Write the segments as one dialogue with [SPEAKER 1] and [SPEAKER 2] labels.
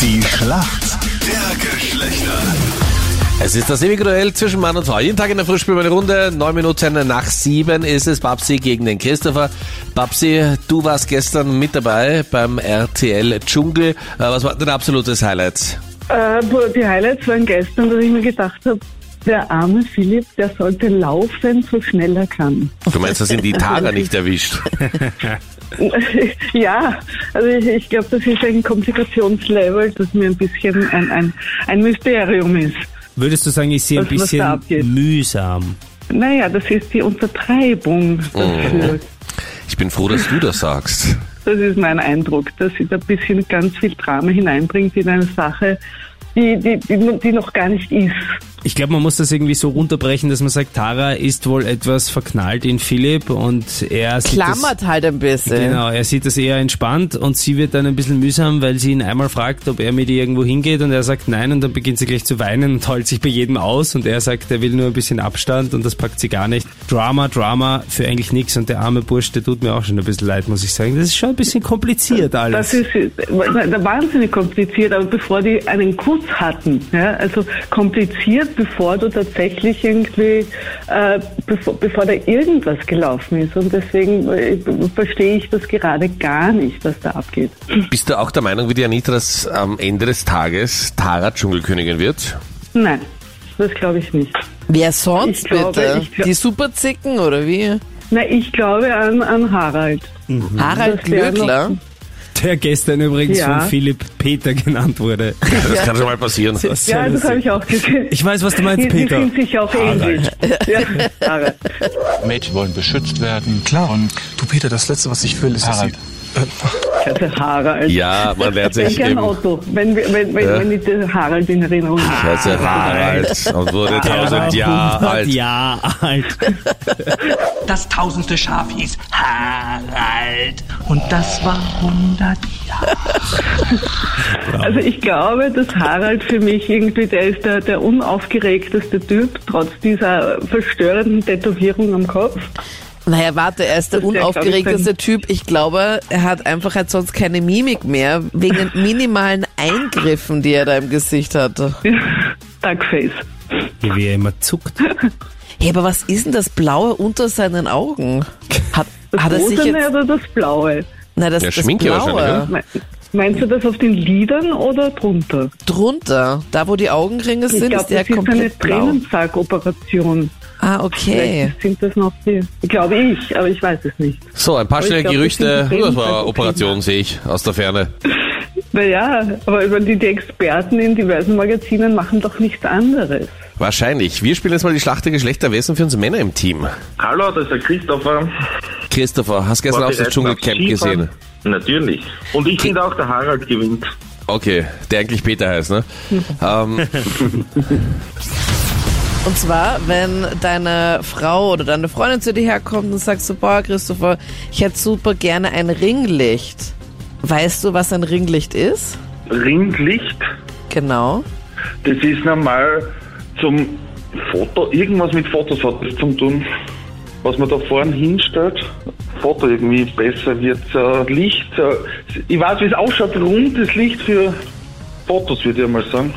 [SPEAKER 1] Die Schlacht der Geschlechter.
[SPEAKER 2] Es ist das Semigraduell zwischen Mann und Frau. Jeden Tag in der Früh spielen wir eine Runde. Neun Minuten nach sieben ist es Babsi gegen den Christopher. Babsi, du warst gestern mit dabei beim RTL Dschungel. Äh, Was war dein absolutes Highlight?
[SPEAKER 3] Äh, boah, die Highlights waren gestern, dass ich mir gedacht habe, der arme Philipp, der sollte laufen, so schnell er kann.
[SPEAKER 2] Du meinst, dass ihn die Tara nicht erwischt?
[SPEAKER 3] ja, also ich, ich glaube, das ist ein Komplikationslevel, das mir ein bisschen ein, ein, ein Mysterium ist.
[SPEAKER 4] Würdest du sagen, ich sehe ein
[SPEAKER 3] Was- was da
[SPEAKER 4] bisschen
[SPEAKER 3] abgeht?
[SPEAKER 4] mühsam?
[SPEAKER 3] Naja, das ist die Untertreibung dafür.
[SPEAKER 2] Ich bin froh, dass du das sagst.
[SPEAKER 3] Das ist mein Eindruck, dass sie da ein bisschen ganz viel Drama hineinbringt in eine Sache, die, die, die, die noch gar nicht ist.
[SPEAKER 4] Ich glaube, man muss das irgendwie so runterbrechen, dass man sagt, Tara ist wohl etwas verknallt in Philipp und er sieht
[SPEAKER 5] klammert halt ein
[SPEAKER 4] das,
[SPEAKER 3] äh.
[SPEAKER 5] bisschen.
[SPEAKER 4] Genau, er sieht das eher entspannt und sie wird dann ein bisschen mühsam, weil sie ihn einmal fragt, ob er mit ihr irgendwo hingeht und er sagt nein und dann beginnt sie gleich zu weinen und heult sich bei jedem aus und er sagt, er will nur ein bisschen Abstand und das packt sie gar nicht. Drama, Drama für eigentlich nichts und der arme Bursch, der tut mir auch schon ein bisschen leid, muss ich sagen. Das ist schon ein bisschen kompliziert alles.
[SPEAKER 3] Das ist äh, wahnsinnig kompliziert, aber bevor die einen Kuss hatten, ja, also kompliziert, bevor du tatsächlich irgendwie, äh, bevor, bevor da irgendwas gelaufen ist. Und deswegen äh, verstehe ich das gerade gar nicht, was da abgeht.
[SPEAKER 2] Bist du auch der Meinung wie die Anita, dass am Ende des Tages Tara Dschungelkönigin wird?
[SPEAKER 3] Nein, das glaube ich nicht.
[SPEAKER 5] Wer
[SPEAKER 3] Ich
[SPEAKER 5] sonst
[SPEAKER 3] glaube,
[SPEAKER 5] bitte?
[SPEAKER 3] ich glaub-
[SPEAKER 5] Die Superzicken oder wie?
[SPEAKER 3] Na, ich glaube an, an Harald.
[SPEAKER 2] Mhm.
[SPEAKER 5] Harald
[SPEAKER 3] Das wär
[SPEAKER 5] Glöckler?
[SPEAKER 4] der gestern übrigens
[SPEAKER 3] Ja.
[SPEAKER 4] von Philipp Peter genannt wurde.
[SPEAKER 2] Das kann schon mal passieren.
[SPEAKER 4] Was
[SPEAKER 3] Ja,
[SPEAKER 4] soll
[SPEAKER 3] das habe ich auch gesehen.
[SPEAKER 4] Ich weiß, was du meinst,
[SPEAKER 3] die,
[SPEAKER 4] Peter.
[SPEAKER 3] Die sind sich auch ähnlich. Ja, Harald.
[SPEAKER 6] Mädchen wollen beschützt werden.
[SPEAKER 7] Klar.
[SPEAKER 6] Und
[SPEAKER 7] Du Peter, das Letzte, was ich will, ist, dass sie Äh,
[SPEAKER 6] Harald.
[SPEAKER 3] Also Harald.
[SPEAKER 2] Ja, man lernt
[SPEAKER 3] Ich
[SPEAKER 2] sich
[SPEAKER 3] denke an
[SPEAKER 2] eben...
[SPEAKER 3] Otto, wenn, wir- wenn, wenn,
[SPEAKER 2] Ja.
[SPEAKER 3] wenn ich den Harald in Erinnerung habe.
[SPEAKER 2] Scheiße, Harald. Und wurde tausend Jahre alt.
[SPEAKER 4] Ja, alt.
[SPEAKER 8] Das tausendste Schaf hieß Harald. Und das war 100 Jahre.
[SPEAKER 3] Also ich glaube, dass Harald für mich irgendwie, der ist der, der unaufgeregteste Typ, trotz dieser verstörenden Tätowierung am Kopf.
[SPEAKER 5] Naja, warte, er ist der
[SPEAKER 3] Das wär, glaub ich,
[SPEAKER 5] unaufgeregteste Typ. Ich glaube, er hat einfach halt sonst keine Mimik mehr, wegen den minimalen Eingriffen, die er da im Gesicht hatte.
[SPEAKER 3] Duckface.
[SPEAKER 4] Wie er immer zuckt.
[SPEAKER 5] Hey, aber was ist denn das Blaue unter seinen Augen? Hat,
[SPEAKER 3] Das
[SPEAKER 5] hat er sich
[SPEAKER 3] Rotene
[SPEAKER 5] jetzt...
[SPEAKER 3] oder das Blaue?
[SPEAKER 5] Na, das,
[SPEAKER 2] Ja,
[SPEAKER 5] das
[SPEAKER 2] Schminke wahrscheinlich,
[SPEAKER 5] Blaue.
[SPEAKER 2] oder?
[SPEAKER 3] Me- Meinst du das auf den Lidern oder drunter?
[SPEAKER 5] Drunter, da wo die Augenringe
[SPEAKER 3] Ich
[SPEAKER 5] sind,
[SPEAKER 3] glaube,
[SPEAKER 5] ist
[SPEAKER 3] das
[SPEAKER 5] der
[SPEAKER 3] ist eine
[SPEAKER 5] komplett blau.
[SPEAKER 3] Tränensackoperation.
[SPEAKER 5] Ah, okay.
[SPEAKER 3] Vielleicht sind das noch die, glaube ich, aber ich weiß es nicht.
[SPEAKER 2] So, ein paar
[SPEAKER 3] Aber ich
[SPEAKER 2] schnelle
[SPEAKER 3] glaub, das
[SPEAKER 2] Gerüchte.
[SPEAKER 3] sind die
[SPEAKER 2] Ja, Das war
[SPEAKER 3] Tränen,
[SPEAKER 2] eine
[SPEAKER 3] also
[SPEAKER 2] Operation,
[SPEAKER 3] Tränen.
[SPEAKER 2] sehe ich aus der Ferne.
[SPEAKER 3] Naja, aber über die, die Experten in diversen Magazinen machen doch nichts anderes.
[SPEAKER 2] Wahrscheinlich. Wir spielen jetzt mal die Schlacht der Geschlechter. Wer sind für uns Männer im Team?
[SPEAKER 9] Hallo, das ist der Christopher.
[SPEAKER 2] Christopher, hast gestern auch
[SPEAKER 9] War
[SPEAKER 2] das
[SPEAKER 9] bereits beim
[SPEAKER 2] Dschungelcamp
[SPEAKER 9] Skifahren?
[SPEAKER 2] gesehen?
[SPEAKER 9] Natürlich. Und ich finde auch, der Harald gewinnt.
[SPEAKER 2] Okay, der eigentlich Peter heißt, ne? ähm,
[SPEAKER 5] Und zwar, wenn deine Frau oder deine Freundin zu dir herkommt und sagt so, boah, Christopher, ich hätte super gerne ein Ringlicht. Weißt du, was ein Ringlicht ist?
[SPEAKER 9] Ringlicht,
[SPEAKER 5] Genau.
[SPEAKER 9] das ist normal zum Foto, irgendwas mit Fotos hat das zu tun. Was man da vorne hinstellt, Foto irgendwie besser wird, so Licht, so, ich weiß, wie es ausschaut, rundes Licht für Fotos, würde ich mal sagen.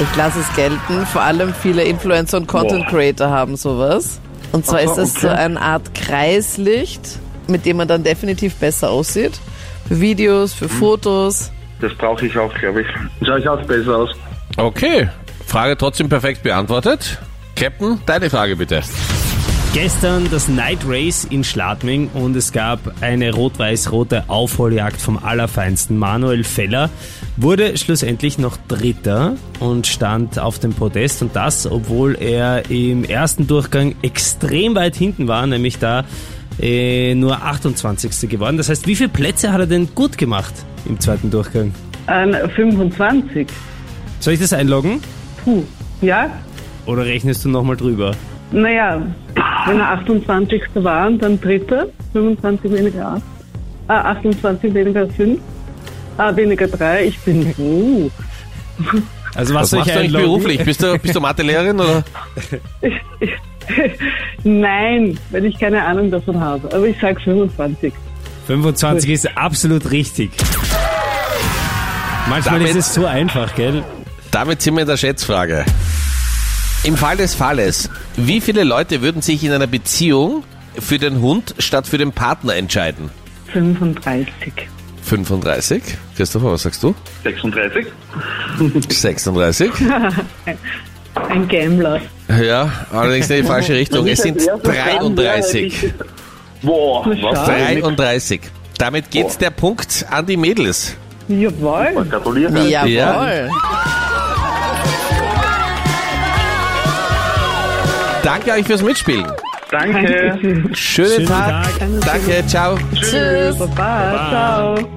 [SPEAKER 5] Ich lasse es gelten. Vor allem viele Influencer und Content
[SPEAKER 9] Boah.
[SPEAKER 5] Creator haben sowas. Und zwar
[SPEAKER 9] Aha,
[SPEAKER 5] ist das so
[SPEAKER 9] okay.
[SPEAKER 5] eine Art Kreislicht, mit dem man dann definitiv besser aussieht. Für Videos,
[SPEAKER 9] Hm.
[SPEAKER 5] für Fotos.
[SPEAKER 9] Das brauche ich auch, glaube ich. Schau ich auch besser aus.
[SPEAKER 2] okay, Frage trotzdem perfekt beantwortet. Captain, deine Frage bitte.
[SPEAKER 4] Gestern das Night Race in Schladming und es gab eine rot-weiß-rote Aufholjagd vom allerfeinsten. Manuel Feller wurde schlussendlich noch Dritter und stand auf dem Podest und das, obwohl er im ersten Durchgang extrem weit hinten war, nämlich da äh, nur 28. geworden. Das heißt, wie viele Plätze hat er denn gut gemacht im zweiten Durchgang?
[SPEAKER 3] An 25.
[SPEAKER 4] Soll ich das einloggen
[SPEAKER 3] Puh. Ja?
[SPEAKER 4] oder rechnest du nochmal drüber?
[SPEAKER 3] Naja, wenn er 28. war und dann dritter, 25 weniger 8, äh, 28 weniger 5, äh, weniger 3, ich bin uh,
[SPEAKER 4] Also was,
[SPEAKER 2] Was
[SPEAKER 4] soll
[SPEAKER 2] machst
[SPEAKER 4] ich
[SPEAKER 2] du eigentlich
[SPEAKER 4] einloggen?
[SPEAKER 2] beruflich? Bist du, bist du Mathelehrerin oder?
[SPEAKER 3] Nein, weil ich keine Ahnung davon habe. Aber ich sage 25.
[SPEAKER 4] 25 ist absolut richtig. Manchmal
[SPEAKER 2] Damit-
[SPEAKER 4] ist es so einfach, gell?
[SPEAKER 2] Damit sind wir in der Schätzfrage. Im Fall des Falles, wie viele Leute würden sich in einer Beziehung für den Hund statt für den Partner entscheiden?
[SPEAKER 3] 35.
[SPEAKER 2] 35. Christopher, was sagst du?
[SPEAKER 9] 36?
[SPEAKER 2] 36.
[SPEAKER 3] Ein Gambler.
[SPEAKER 2] Ja, allerdings in die falsche Richtung. Es sind
[SPEAKER 9] Wenn ich als erstes dran wäre, hätte
[SPEAKER 2] 33.
[SPEAKER 9] ich- Boah, was?
[SPEAKER 2] 33. Damit geht's der Punkt an die Mädels.
[SPEAKER 3] Jawohl.
[SPEAKER 9] Gratuliere.
[SPEAKER 5] Jawohl.
[SPEAKER 2] Ja. Danke euch fürs Mitspielen.
[SPEAKER 9] Danke.
[SPEAKER 2] Schönen,
[SPEAKER 4] Schönen
[SPEAKER 2] Tag. Danke, ciao.
[SPEAKER 5] Tschüss.
[SPEAKER 3] Baba, ciao.